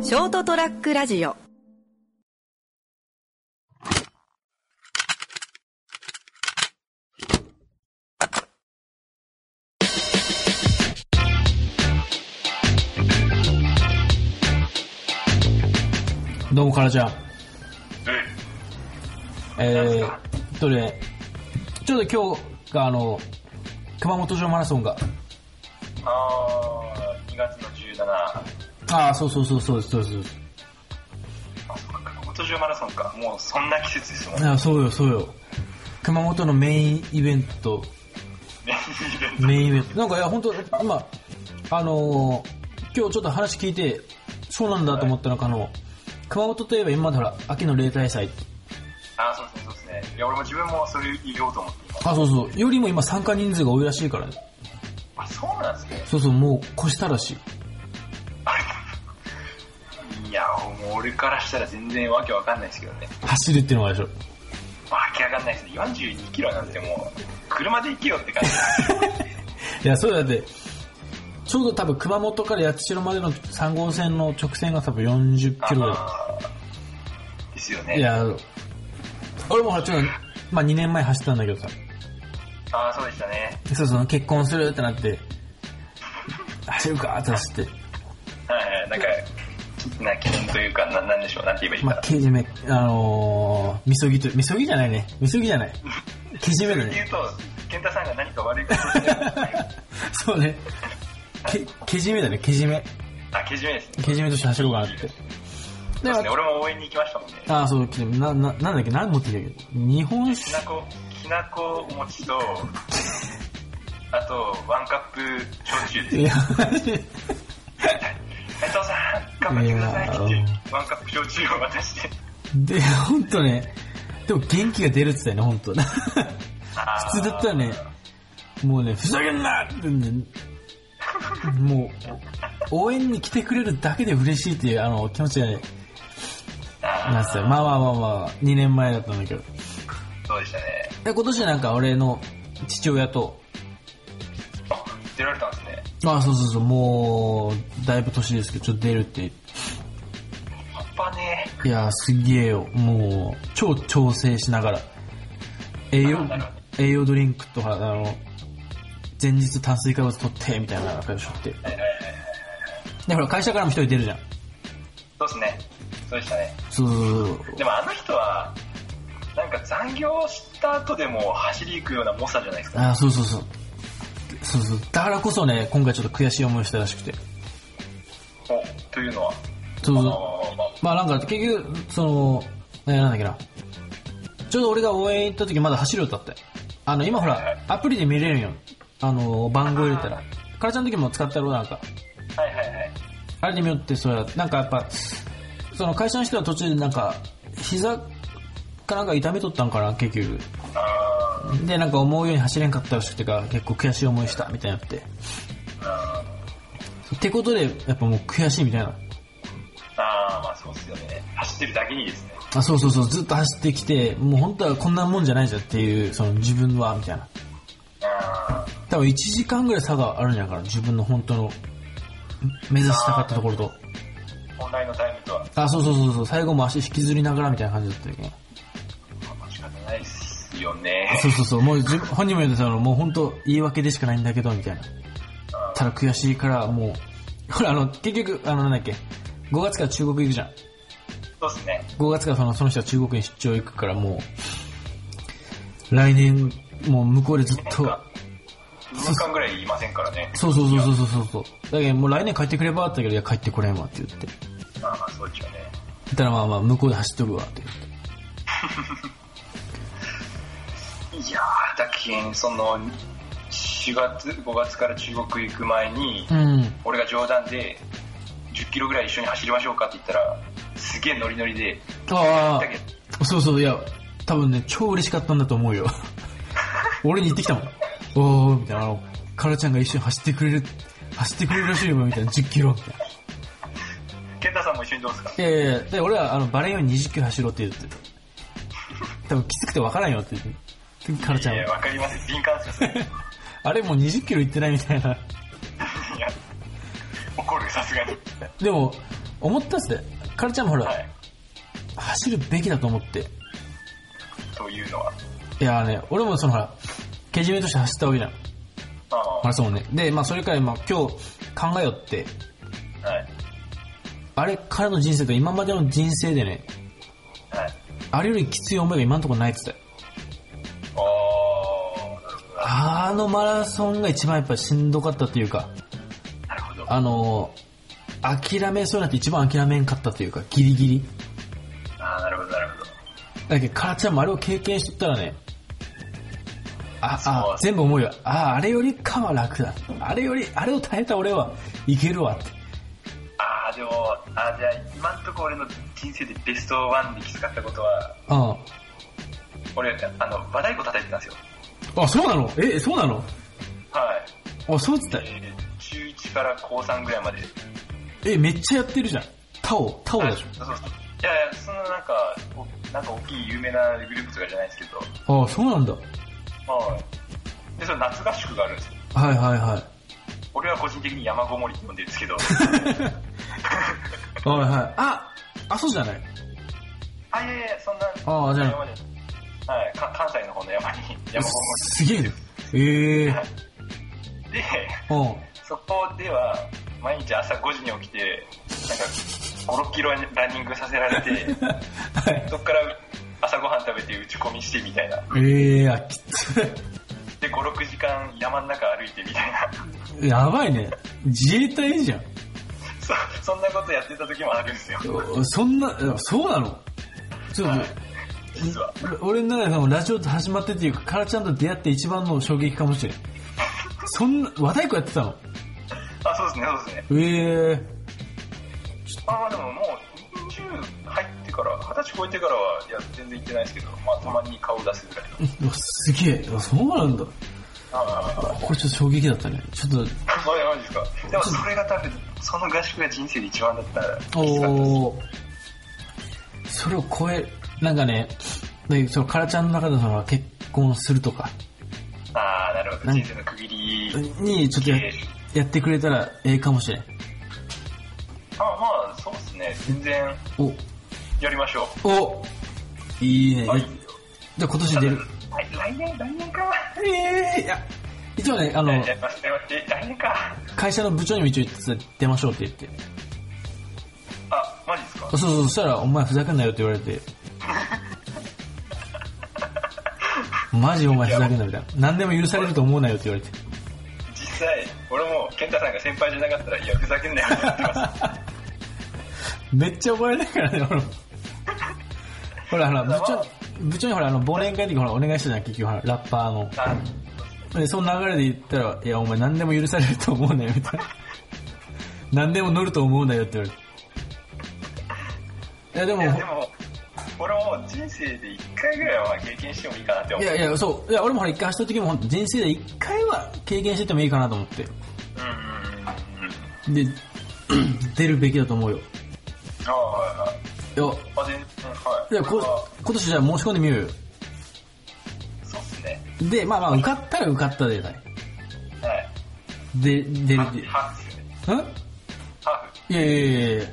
ショートトラックラジオどうも、からちゃん。うえー、とね、ちょうど今日があの、熊本城マラソンが、ん。あー、2月の17。あ、ああ、そうそうそう、そうです、そうですそうです。そっか、熊本中マラソンか。もうそんな季節ですもんね。ああ、そうよ、そうよ。熊本のメインイベント、メインイベント。なんか、いや、本当今、あのー今日ちょっと話聞いて、そうなんだと思ったのか、あの、熊本といえば今までほら、秋の例大祭。 あー、そうですね、そうですね。いや、俺も自分もそれ言おうと思っています。あ、そうそう。よりも今参加人数が多いらしいからね。あ、そうなんですね。そうそう、もう越したらしい。いや、もう俺からしたら全然わけわかんないですけどね。走るっていうのがあるでしょ。わけわかんないですね。42キロなんてもう、車で行けよって感いじ。や、そうだって、ちょうど多分熊本から八代までの3号線の直線が多分40キロだあーですよね。いや、俺もほらちょっと、まあ2年前走ったんだけどさ、あー、そうでしたね。そうそう、結婚するってなって、走るかって走って、はいはい。なんか、きな記念というか、ななんでしょう。なんて言えばいいまかあ、けじめ、あのー、みそぎと、みそぎじゃないね。みそぎじゃない。けじめだな。言ね。 うと、健太さんが何か悪いことをしてる。そうね。け、けじめだね、けじめ。あ、けじめですね。けじめとして走ろうかなって。そうですね、で俺も応援に行きましたもんね。ああ、そう、けじめな、な、なんだっけ、何持ってきたっけ日本き酒なこ、きなこお餅と、あと、ワンカップ焼酎です。いや、斉藤さん、頑張ってくださいって言いっやて、ワンカップ焼酎を渡して、 で、ほんとね、でも元気が出るって言ったよね、ほんと。普普通だったらね、もうね、ふざけんなってね、もう、応援に来てくれるだけで嬉しいっていう、あの、気持ちがね、なんすよ。まあまあまあまあ、2年前だったんだけど。そうでしたね。で、今年なんか俺の父親と、あ、出られたんですね。あ、そうそうそう、もう、だいぶ年ですけど、ちょっと出るって。やっぱね、いやー、すげえよ。もう、超調整しながら。栄養あーなるほど、栄養ドリンクとか、あの、前日炭水化物取って、みたいな感じでしょって。で、ほら、会社からも一人出るじゃん。そうですね。そうでしたね。そうそうそうでもあの人は、なんか残業した後でも走り行くような猛者じゃないですか。あーそうそうそう。そうそう。だからこそね、今回ちょっと悔しい思いをしたらしくて。おというのは、そうそあう。のまあ、まあなんか、結局、その、えーなんだっけな。ちょうど俺が応援行った時まだ走るよだったよ。あの、今ほら、アプリで見れるよ。あの、番号入れたら。からちゃんの時も使ったろ、なんか。はいはいはい。あれで見よってそれはなんかやっぱその会社の人は途中でなんか膝かなんか痛めとったんかな結局あでなんか思うように走れんかったらしくてか結構悔しい思いしたみたいになってってことでやっぱもう悔しいみたいなーあー、まあそうっすよね。走ってるだけにですね。あそうそうそうずっと走ってきてもう本当はこんなもんじゃないじゃんっていうその自分はみたいなあ多分1時間ぐらい差があるんじゃないかな自分の本当の目指したかったところとー本来のタイムとは、あそうそうそうそう最後も足引きずりながらみたいな感じだったよねまあ、仕方ないっすよね。そうそうそう、もう自分本人も言ってたの、もう本当言い訳でしかないんだけど、みたいな。ただ悔しいから、もう、ほら、あの、結局、あの、なんだっけ、5月から中国行くじゃん。そうっすね。 5月からそのその人は中国に出張行くから、もう、来年、もう向こうでずっと、 2分間ぐらいいませんからね。そうそうそうそうそうそう。だけど、もう来年帰ってくればって言ったけど、いや、帰ってこれんわって言って。まあまあそうですよね。言ったら、まあまあ、向こうで走っとくわって言って。いやー、だけん、その、4月、5月から中国行く前に、うん。俺が冗談で、10キロぐらい一緒に走りましょうかって言ったら、すげえノリノリで、あだけど、あ、そうそう、いや、多分ね、超嬉しかったんだと思う よ。俺に言ってきたもん。おー、みたいな、あの、カラちゃんが一緒に走ってくれる、走ってくれるらしいよ、みたいな、10キロ、みたいな。健太さんも一緒にどうですかいやいやいやで、俺は、あの、バレンように20キロ走ろうって言って。多分きつくてわからんよって言って。カラちゃんいや、は。わかります。敏感っすよそれ。いあれもう20キロ行ってないみたいな。や、怒る、さすがに。でも、思ったっすね。カルちゃんもほら、はい。走るべきだと思って。というのは。いやーね、俺もそのほら、けじめとして走ったわけじゃん。あああ、そうね。で、まあそれからまあ今日考えよって、はい。あれからの人生と今までの人生でね、はい。あれよりきつい思いが今のところないって言ってたよああなるほど。あのマラソンが一番やっぱしんどかったというか、なるほど。ああのー諦めそうになって一番諦めんかったというか、ギリギリ。あなるほど、なるほど。だけど、カラちゃんもあれを経験しとったらね、あ、あ、そう全部思うよ。あ、あれよりかは楽だ。あれより、あれを耐えた俺はいけるわって。ああでも、ああじゃあ今んとこ俺の人生でベストワンできつかったことうは、俺、あの、和太鼓叩いてたんですよ。ん。あ、そうなのえ、そうなのはい。あ、そうっつったよえー中1から高3ぐらいまで。え、めっちゃやってるじゃん。タオ、タオでしょ。そうそうそういやいや、そのなんか、おなんか大きい有名なグループとかじゃないですけど、あ、そうなんだ。ははい。で、その夏合宿があるんですよ。いはいはい。俺は個人的に山ごもりって呼んでるんです けど、はいはい。あ、あ、そうじゃない。あ、いやいや、そんな、ああじゃあ山にはい、か関西の方の山に、山ごもすげえね。ええー。 り。で、うん。そこでは、毎日朝5時に起きて、なんか、5、6キロランニングさせられて、はい。そこから朝ごはん食べて打ち込みしてみたいな。ええー、あ、きつで、5、6時間山の中歩いてみたいな。 い。やばいね。自衛隊じゃん。そそんなことやってた時もあるんですよ。そんな、あそうなのちょっはい実は。と、俺の中でもラジオと始まってっていうか、カラちゃんと出会って一番の衝撃かもしれん。そんな、和太鼓やってたのあ、そうですね、そうですね。ええまあでももう、20入ってから、20歳超えてからは、いや、全然行ってないですけど、まあたまに顔出すぐら いの。ー。うわすげえ。あそうなんだ。あ あ、これちょっと衝撃だったね。ちょっマジマジですか。でもそれが多分、その合宿が人生で一番だったら、きつと、かったです。おーそれを超え、なんかね、でそのカラちゃんの中でその結婚するとか、ああ、なるほど。なん人生の区切り。にちょっとややってくれたらええかもしれん。あまあ、そうですね。全然、お、やりましょおいいね。う。はい。じゃあ今年出る。来来年、来年か。ええいや、一応ね、あの、やります、やります。来年か。会社の部長にも一応言って出ましょうって言って。あ、マジですかそうそう、そしたら、お前ふざけんなよって言われ て。マジお前ふざけんなみたいな。何でも許されると思うなよって言われて。実際、俺も、健太さんが先輩じゃなかったら、いや、ふざけ んなよって言ってます。めっちゃ怒られないからね、俺も。ほらほら、部長、部長にほら、あの、忘年会の時ほら、お願いしたじゃん、結局ほら、ラッパーの。あで、その流れで言ったら、いや、お前何でも許されると思うなよ、みたいな。 何でも乗ると思うなよって言われて。いや、でも、いや、でも、俺も人生で一回ぐらいは経験してもいいかなってい思う。やいや、そう。いや、俺もほら、一回走った時も、ほんと人生で一回は経験しててもいいかなと思って。うんうんうん。あで、 出るべきだと思うよ。あ、はいはい。いや、あ、全然、はい。いや、これはこ今年じゃあ申し込んでみようよ。そうっすね。で、まあまあ、受かったら受かったでだね。はい。で、出るハーフですよね。で。んハいやいやいやいや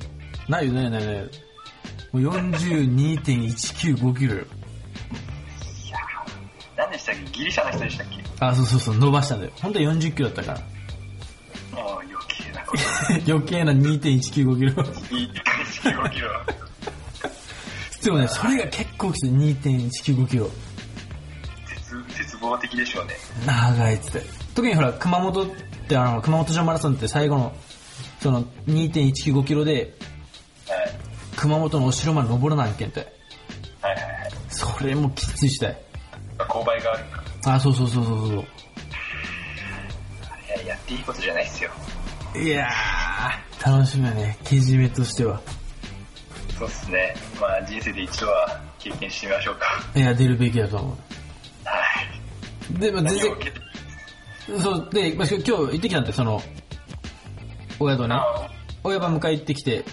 ないよ、ないよないよないよ。もう42.195キロよ。ーフ。何でしたっけギリシャの人でしたっけあ、そうそうそう、伸ばしたんだよ。本当は40キロだったから。 もう余計なこと。余計な2.195キロ。いい1.15キロ。でもね、それが結構きつい。2.195キロ。絶絶望的でしょうね。長いっつって。特にほら、熊本って、あの、熊本城マラソンって最後の、その、2.195キロで、はい。熊本のお城まで登らないけんって。はいはいはい。それもきついしたい。勾配があるかあ、そうそうそうそうそら。いや、やっていいことじゃないっすよ。う。いやー、楽しみだね。けじめとしては。そうっすね。まあ人生で一度は経験してみましょうか。いや、出るべきだと思はい。う。で、まあ、全何然を、受けてそう、で、まあ、今日行ってきたんだよ、その、親とね。あ親が迎え行ってきて、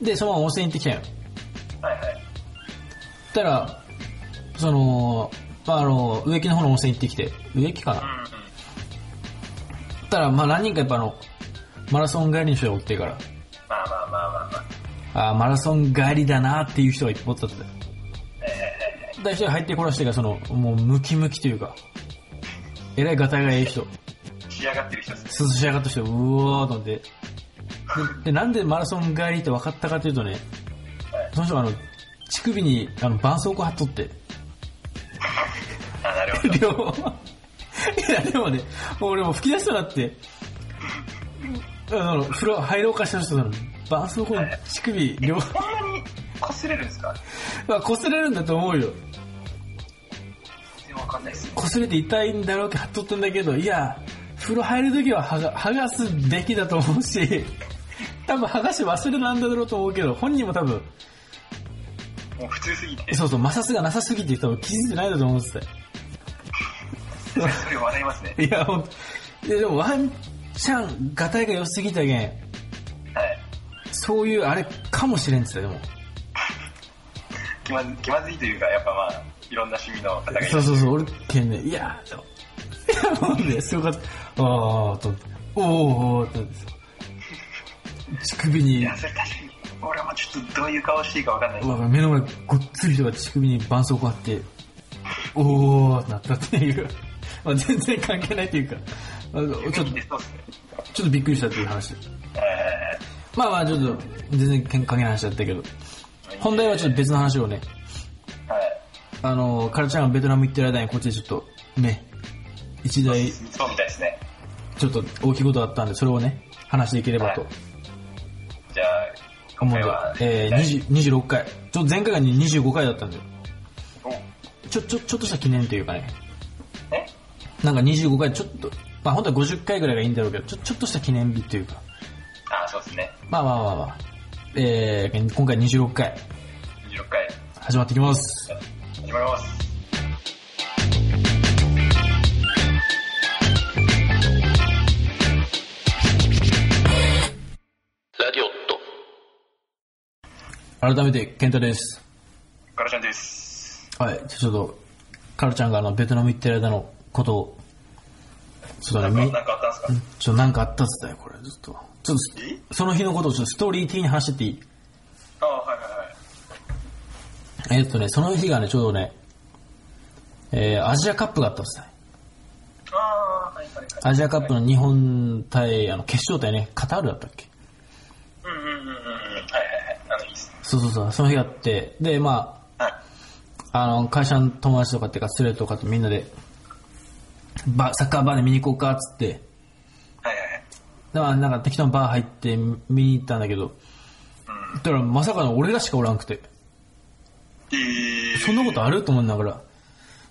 で、そのまま温泉行ってきたんよ。あはいはい。ったら、その、まあ、あの、植木の方の温泉行ってきて、植木かうなんうん。だったら、まあ、何人かやっぱあの、マラソン帰りの人がおってから、まああーマラソン帰りだなっていう人がいっぱいおったって。大人入ってこらしてが、その、もうムキムキというか、えらいガタがええ人、仕上がってる人ですね。涼し上がった人、うおーと思って。でで、なんでマラソン帰りって分かったかというとね、その人があの、乳首にあの、絆創膏貼っとって、あ、なるほど。両方。いや、でもね、もう俺も吹き出しそうになって、あの、風呂入ろうかした人なのに、絆創膏に乳首、両方、こんなに擦れるんですかまあ、擦れるんだと思うよ。全然わかんないです。擦れて痛いんだろうけど貼っとったんだけど、いや、風呂入るときは剥が剥がすべきだと思うし、多分剥がし忘れなんだろうと思うけど、本人も多分、もう普通すぎて、そうそう、摩擦がなさすぎて多分気づいてないだと思ってたよ。それ笑いますね。いや、ほんと。いや、でもワンチャン、ガタイが良すぎたけん、はい。そういうあれかもしれんっつってたよ、でも。気まず気まずいというか、やっぱまあ、いろんな趣味の方がいるそうそうそう、俺けんね、いやー、でもいや、もうね、すごかった。あー、と思って、おー、と思って。乳首いにや、それ確かに、俺もちょっとどういう顔していいかわかんない。わ目の前ごっつり人が乳首に絆創膏貼って、おーってなったっていう。まあ全然関係ないというか、あのちょっと、そうですね。ちょっとびっくりしたっていう話。えまあまあちょっと、全然関係ない話だったけど。ー本題はちょっと別の話をね、はい。あの、カルちゃんがベトナム行ってる間にこっちでちょっと、ね、一大、そうみたいですね。ちょっと大きいことあったんで、それをね、話していければとじゃあ、思今う回んは、で、えー、はい20 26回。ちょっと前回が25回だったんだよ。おちょ、ちょ、ちょっとした記念というかね。えなんか25回ちょっと、まあ本当は50回ぐらいがいいんだろうけど、ちょちょっとした記念日っていうか、あ、そうですね。まあまあまあまあ、えー、今回26回26回、始まってきます。始まります。改めて、健太です。ガラちゃんです。はい、じゃあちょっと、カルちゃんがあの、ベトナム行ってる間のことを、ちょっとなね、んか、みなんかあったんですちょっとなんかあったっつったよ、これ、ずっと。ちょっと、その日のことをちょっとストーリー的に話してっていいかあ、はいはいはい。えーっとね、その日がね、ちょうどね、えー、アジアカップがあったんですね。あー、はいはいはい。アジアカップの日本対、あの、決勝対ね、カタールだったっけうんうんうんうん。はいはいはい。あの、いいっすね。そうそうそう、その日があって、で、まはい。あ、あの、会社の友達とかっていうか、スレとかとみんなで、バ、サッカーバーで見に行こうか、っつって、はいはいはい。だからなんか適当なバー入って見に行ったんだけど、だからまさかの俺らしかおらんくて、えー、そんなことあると思いながら、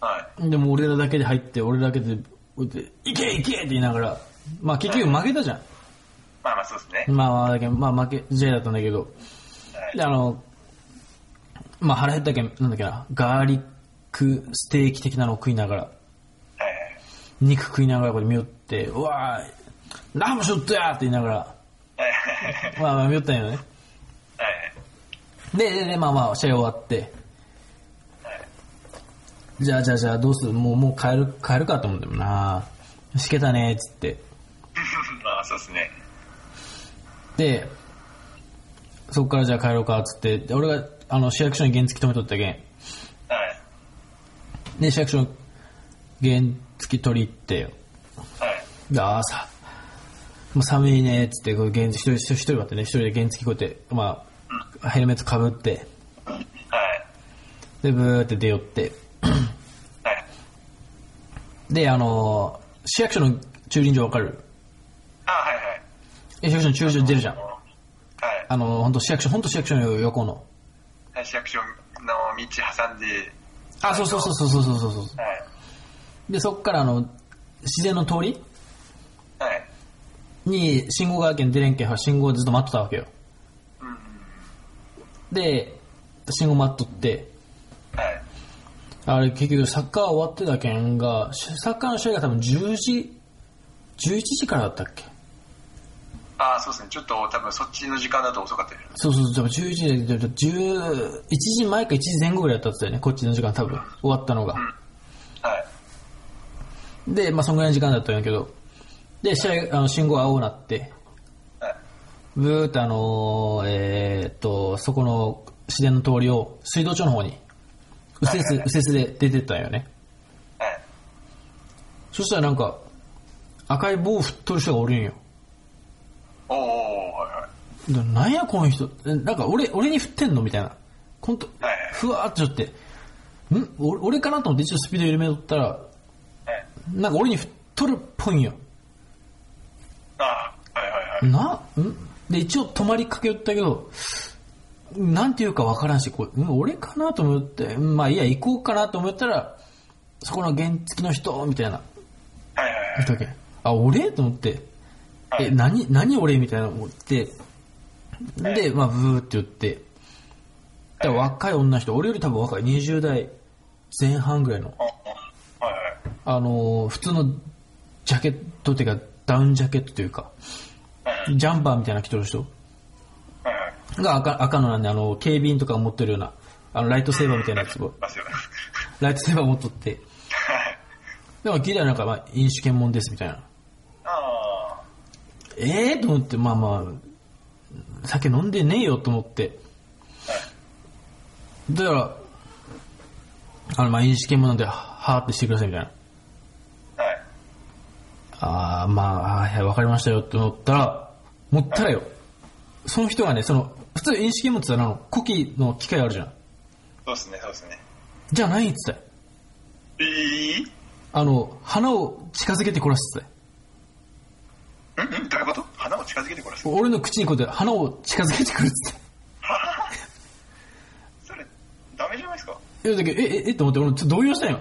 はい。でも俺らだけで入って、俺らだけで、こうやって行け行けって言いながら、まあ結局負けたじゃん。まあまあそうですね。まあまあだけど、まあ負け試合だったんだけど、で、あの、まあ腹減ったけん、なんだっけな、ガーリックステーキ的なのを食いながら、はいはい肉食いながらこれ見よって、うわー、ラムショットやーって言いながら、はいはいはい。まあまあ見よったんよね。はい はいで、で、で、まあまあ試合終わって、じゃあじゃあじゃあどうするもう、もう帰る、帰るかと思うんだよなしけたねーっつって。まあそうですね。で、そっからじゃあ帰ろうかっつって、で俺があの市役所に原付き止めとったけん、はい。で、市役所の原付き取り行ってよ。はい。で、あーさ、もう寒いねっつって、こう原付一人、一人一人待ってね、一人で原付こうやって、まあ、ヘルメットかぶって、はい。で、ブーって出寄って、はい。で、あのー市役所の駐輪場わかるあはいはい。え市役所の駐輪場出るじゃん。はい。あのー、ほんと市役所、ほんと市役所の横の。市役所の道挟んで、あ、そうそうそうそうそうそうそうそはい。う。で、そっからあの、自然の通りはい。に信号があるけん出れんけん、信号ずっと待っとったわけよ。うんうん。で、信号待っとって、はい。あれ結局サッカー終わってたけんが、サッカーの試合が多分10時、11時からだったっけあそうですね。ちょっと多分そっちの時間だと遅かったです。そうそうそう、多分11時で、11時前か1時前後ぐらいだったっつよね、こっちの時間多分、終わったのが。はい。で、まあそんぐらいの時間だったんやけど、で、試合、あの、信号青になって、はい。ブーってあのーえーっと、そこの市電の通りを水道庁の方に、右折、右折で出てったんよね。はい。そしたらなんか、赤い棒を振っとる人がおるんよ。おーおーおーはいはい。でなんやこの人、えなんか俺、俺に振ってんのみたいな。ほんとはい、ふわーってちょって、ん俺俺かなと思って一応スピード緩めとったら、はい。なんか俺に振っとるっぽいんよ。あーはいはいはい。な、んで、一応泊まりかけよったけど、なんていうかわからんし、これ、ん俺かなと思って、うんまあいいや、行こうかなと思ったら、そこの原付の人、みたいな、はいはいはい。人け。あ、俺と思って、はいえ、何、何俺みたいな思って、で、まあ、ブーって言って、で若い女の人、俺より多分若い、20代前半ぐらいの、ああはいはい。あのー普通のジャケットっていうか、ダウンジャケットというか、ジャンパーみたいなの着てる人。はいはい。が赤赤のなんで、あの、警備員とかが持ってるような、あの、ライトセーバーみたいなやつ を、ますよね。ライトセーバー持っとって、はい。でも聞いたらなんか、まあ、飲酒検問ですみたいな。あええー、と思って、まあまあ、酒飲んでねえよと思って。だから、あの、まあ、飲酒検問なんで、はーってしてくださいみたいな。あはい。ああ、まあ、はいはい、わかりましたよって思ったら、持ったらよ。その人がね、その、普通飲酒検問って言ったら、あの、呼気の機械あるじゃん。そうですね、そうですね。じゃないって言ったよ。えーあの、花を近づけてこらせてたようんうんどういうこと花を近づけてこらす。俺の口にこうやって花を近づけてくるっつっそれ、ダメじゃないですかて。いや、だけど、え、え、え、と思って、俺ちょっと動揺したんよ。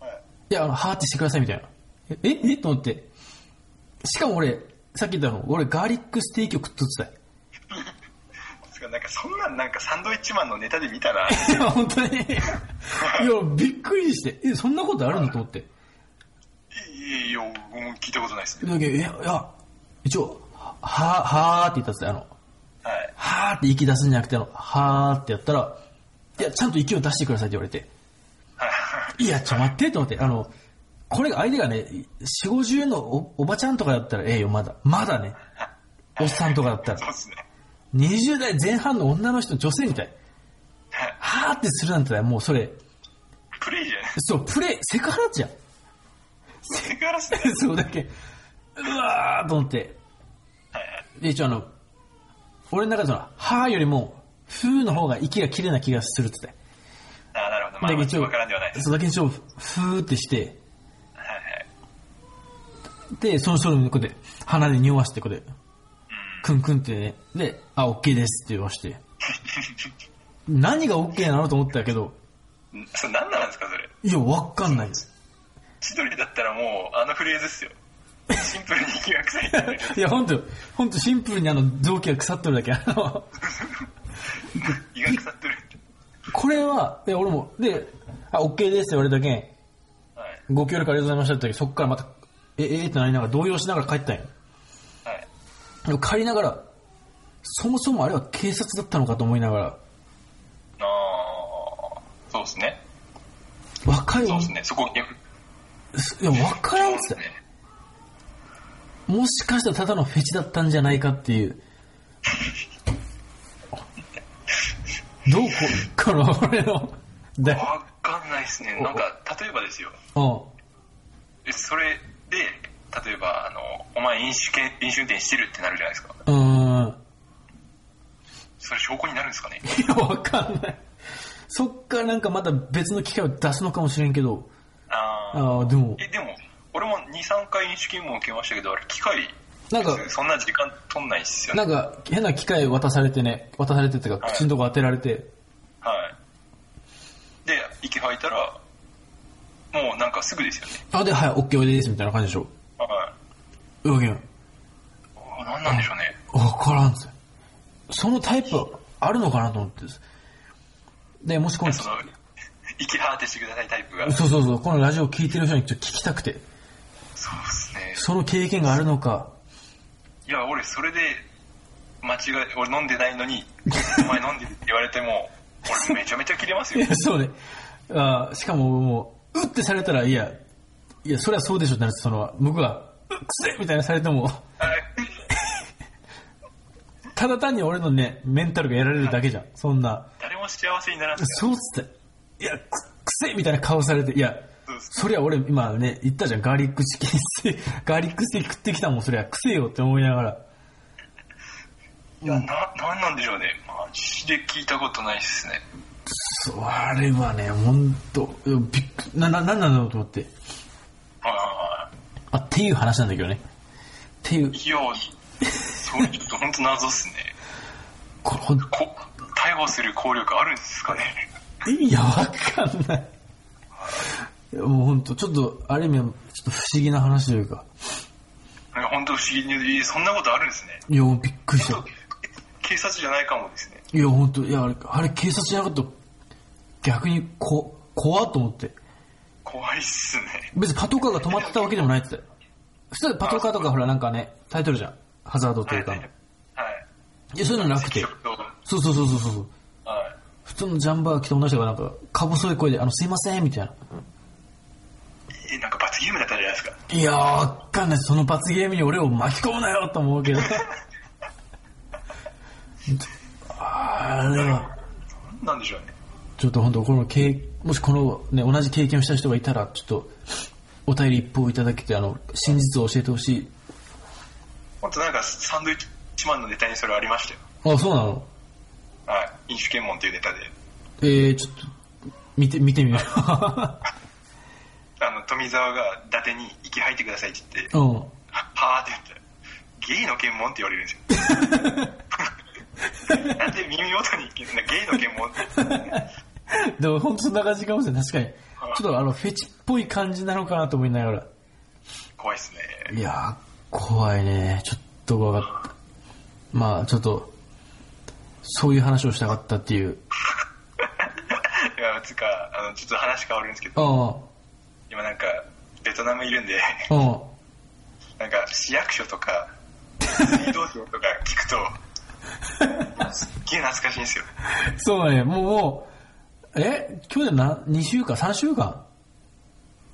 はい。いや、あの、はーってしてくださいみたいな。え、え、えと思って。しかも俺、さっき言ったの、俺ガーリックステーキを食っとってたよ。ですからなんかそんなんなんかサンドイッチマンのネタで見たら、いや、本当に。いや、びっくりして、え、そんなことあるのと思って。いいよ、僕も聞いたことないですね。だけど、いや、いや、一応、は、はーって言ったっつってあの、はい。はーって息出すんじゃなくて、あの、はーってやったら、いや、ちゃんと息を出してくださいって言われて。はいや、ちょ、待って、と思って。あの、これが相手がね、四五十のおおばちゃんとかだったらええよ、まだ。まだね。おっさんとかだったい。そうでら。すね。 20代前半の女の人、女性みたい。はいはーってするなんてね、もうそれ、プレイじゃないそう、プレイ、セクハラじゃん。セクハラっすね。 そうだけ。うわーと思って。で、一応あの、俺の中では、はーよりも、ふーの方が息が綺麗な気がするって言って。ああ、なるほど。だまあ、けど一応わからんではないです。 そうだけど一応、ふーってして、はいはい。で、その人のこうで、鼻で匂わしてこうで、クンクンってね、で、あ、OK ですって言わして、何が OK なのと思ったけど、んそれ何なんですか、それ。いや、わかんないです。千鳥だったらもう、あのフレーズっすよ。シンプルに気が臭いって言われる。いや、ほんと、ほんとシンプルにあの、臓器が腐っとるだけ。 あの、気が腐ってるって。これは、いや、俺も、で、あ、OK ですって言われたけん、はい。ご協力ありがとうございましたって言ったけどそっからまた、え、ええってなりながら動揺しながら帰ったんよ。はい。でも帰りながら、そもそもあれは警察だったのかと思いながら、ああ、そうですね。若いそうです女、ね。そこ、いや、いや、わからんっつって。もしかしたらただのフェチだったんじゃないかっていう。どうこ、この俺の、で、わかんないですね。なんか、例えばですよ。うん。えそれで、例えば、あの、お前飲酒け飲酒運転してるってなるじゃないですか。うーん。それ証拠になるんですかね。いや、わかんない。そっからなんかまた別の機会を出すのかもしれんけど、ああ。ああ、でも、え、でも、俺も2、3回飲酒勤務を受けましたけど、あれ、機械、なんか、そんな時間取んないっすよね。なんか変な機械渡されてね、渡されてっていうか、口のとこ当てられて、はい。で、息吐いたら、もうなんかすぐですよね。あ、で、はい、オッケーおいでですみたいな感じでしょ。はうわけん。い。お何なんでしょうね。わからんっすよそのタイプあるのかなと思ってですで、もしこの、そその、息吐いてしてくださいタイプが。そううそうそう、このラジオ聞いてる人にちょっと聞きたくて、っすね。その経験があるのか、 いや、俺、それで、間違い、俺飲んでないのに、お前飲んでるって言われても、俺めちゃめちゃ切れますいよや。、そうね。あーしかももう、うってされたら、いや、いや、それはそうでしょってなるその、僕が、うっくせえみたいなされても、はいただ単に俺のね、メンタルがやられるだけじゃん。そんな、誰も幸せにならんそうっつって、いや、く、くせえみたいな顔されて、いや、そうそうそりゃ俺今ね、言ったじゃん、ガーリックチキンステーキ、 ガーリックステーキ食ってきたもん、そりゃ、くせえよって思いながら。いや、な、なんなんでしょうね。マジで聞いたことないっすね。そうあれはね、ほんと、びっくな、な、なんなんだろうと思って。はいはあ、っていう話なんだけどね。っていう、いはい。いや、それちょっと本当謎っすね。これほんこ、逮捕する効力あるんですかね。いや、わかんない。いやもうほんと、ちょっと、ある意味、ちょっと不思議な話というか。いや本当不思議に、そんなことあるんですね。いや、もうびっくりしちょたっ。と警察じゃないかもですね。いや、ほんと、いや、あれ、あれ警察じゃなかったら逆に、こ、怖っと思って。怖いっすね。別にパトカーが止まってたわけでもないって言ってたよ普通パトカーとかほらなんかね、タイトルじゃん。ハザードといはうい。かはの。い。いや、そういうのなくて。適当はい。そうそうそうそうそう。普通のジャンバー着た女の人がなんか、か細い声で、あの、すいません、みたいな。え、なんか罰ゲームだったじゃないですか。いやー、わかんない。その罰ゲームに俺を巻き込むなよと思う けど。あれは、なんなんでしょうね。ちょっと本当この経、もしこのね、同じ経験をした人がいたら、ちょっと、お便り一報いただけて、あの、真実を教えてほしい。本当なんかサンドイッチマンのネタにそれありましたよ。あ、そうなのはい。飲酒検問っていうネタで。えー、ちょっと、見て、見てみよあの、富澤が伊達に息吐いてくださいって言って う。、うん。はーって言ったら、ゲイの検問って言われるん ですよ。なんで耳元にゲイの検問って。でも本当そんな感じかもしれない。確かに。ちょっとあの、フェチっぽい感じなのかなと思いながら。怖いっすね。いやー、怖いね。ちょっと怖かった。まあ、ちょっと、そういう話をしたかったっていう。いや、つうか、あの、ちょっと話変わるんですけど、うん。今なんか、ベトナムいるんで、 うん。なんか、市役所 とか、水道庁とか聞くと、すっげえ懐かしいんですよ。そうだね。もう、もう、え今日でな、2週間 ?3 週間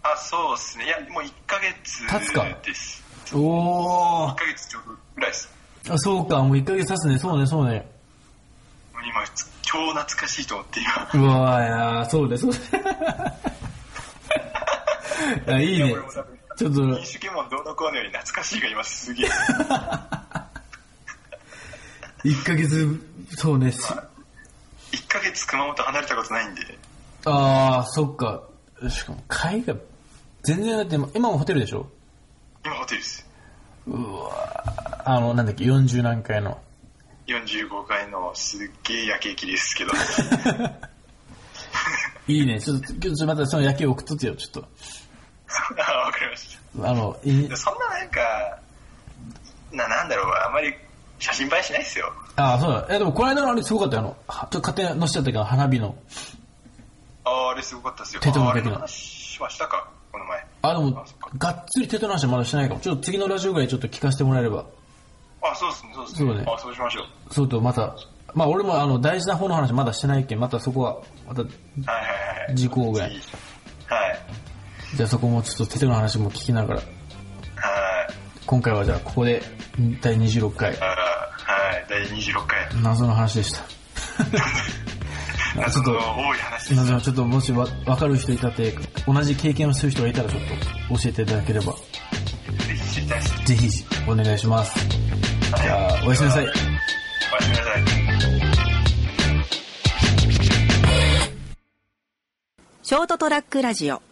あ、そうっすね。いや、もう1ヶ月経つかです。お1ヶ月ちょうどぐらいです。あ、そうか。もう1ヶ月経つね。そうね、そうね。もう今、超懐かしいと思って、う今。わーいやーそうね、 そうね。いやいいいやね俺も多分。ちょっと、飲酒検問どうのこうのより懐かしいが今すげえ。 1ヶ月、そうね。し1ヶ月熊本離れたことないんで、ああ、そっか。しかも、海外、全然だって、今もホテルでしょ今ホテルです。あの、なんだっけ、40何回の。 45階のすっげえ夜景きですけど。いいね。ちょっと、ちょっとまたその夜景送っとってよ、ちょっあわかりましと。あの、いた。そんななんか、な、なんだろう、あんまり写真映えしないっすよ。ああ、そうだ。いや、でもこの間のあれすごかったよ。あの、はちょっと勝手に載せちゃったけど、花火の。ああ、あれすごかったっすよ。手とあもあれ手とのも話はしたか、この前。あ、でもあそっか、がっつり手との話はまだしてないかも。ちょっと次のラジオぐらいちょっと聞かせてもらえれば。あ、そうっすね、そうっすそうねね。あ、そうしましょう。そうと、また、まあ俺もあの、大事な方の話まだしてないけん、またそこは、また、はいはいはい。時効ぐらい。はい。じゃあそこもちょっと手との話も聞きながら。はい。今回はじゃあここで、第26回、あはい。第26回。謎の話でした。 謎の多い話です。なのでちょっともしわ分かる人いたって同じ経験をする人がいたらちょっと教えていただければぜひ知りたいです。ぜひお願いしますじゃあおやすみなさいおやすみなさい。ショートトラックラジオ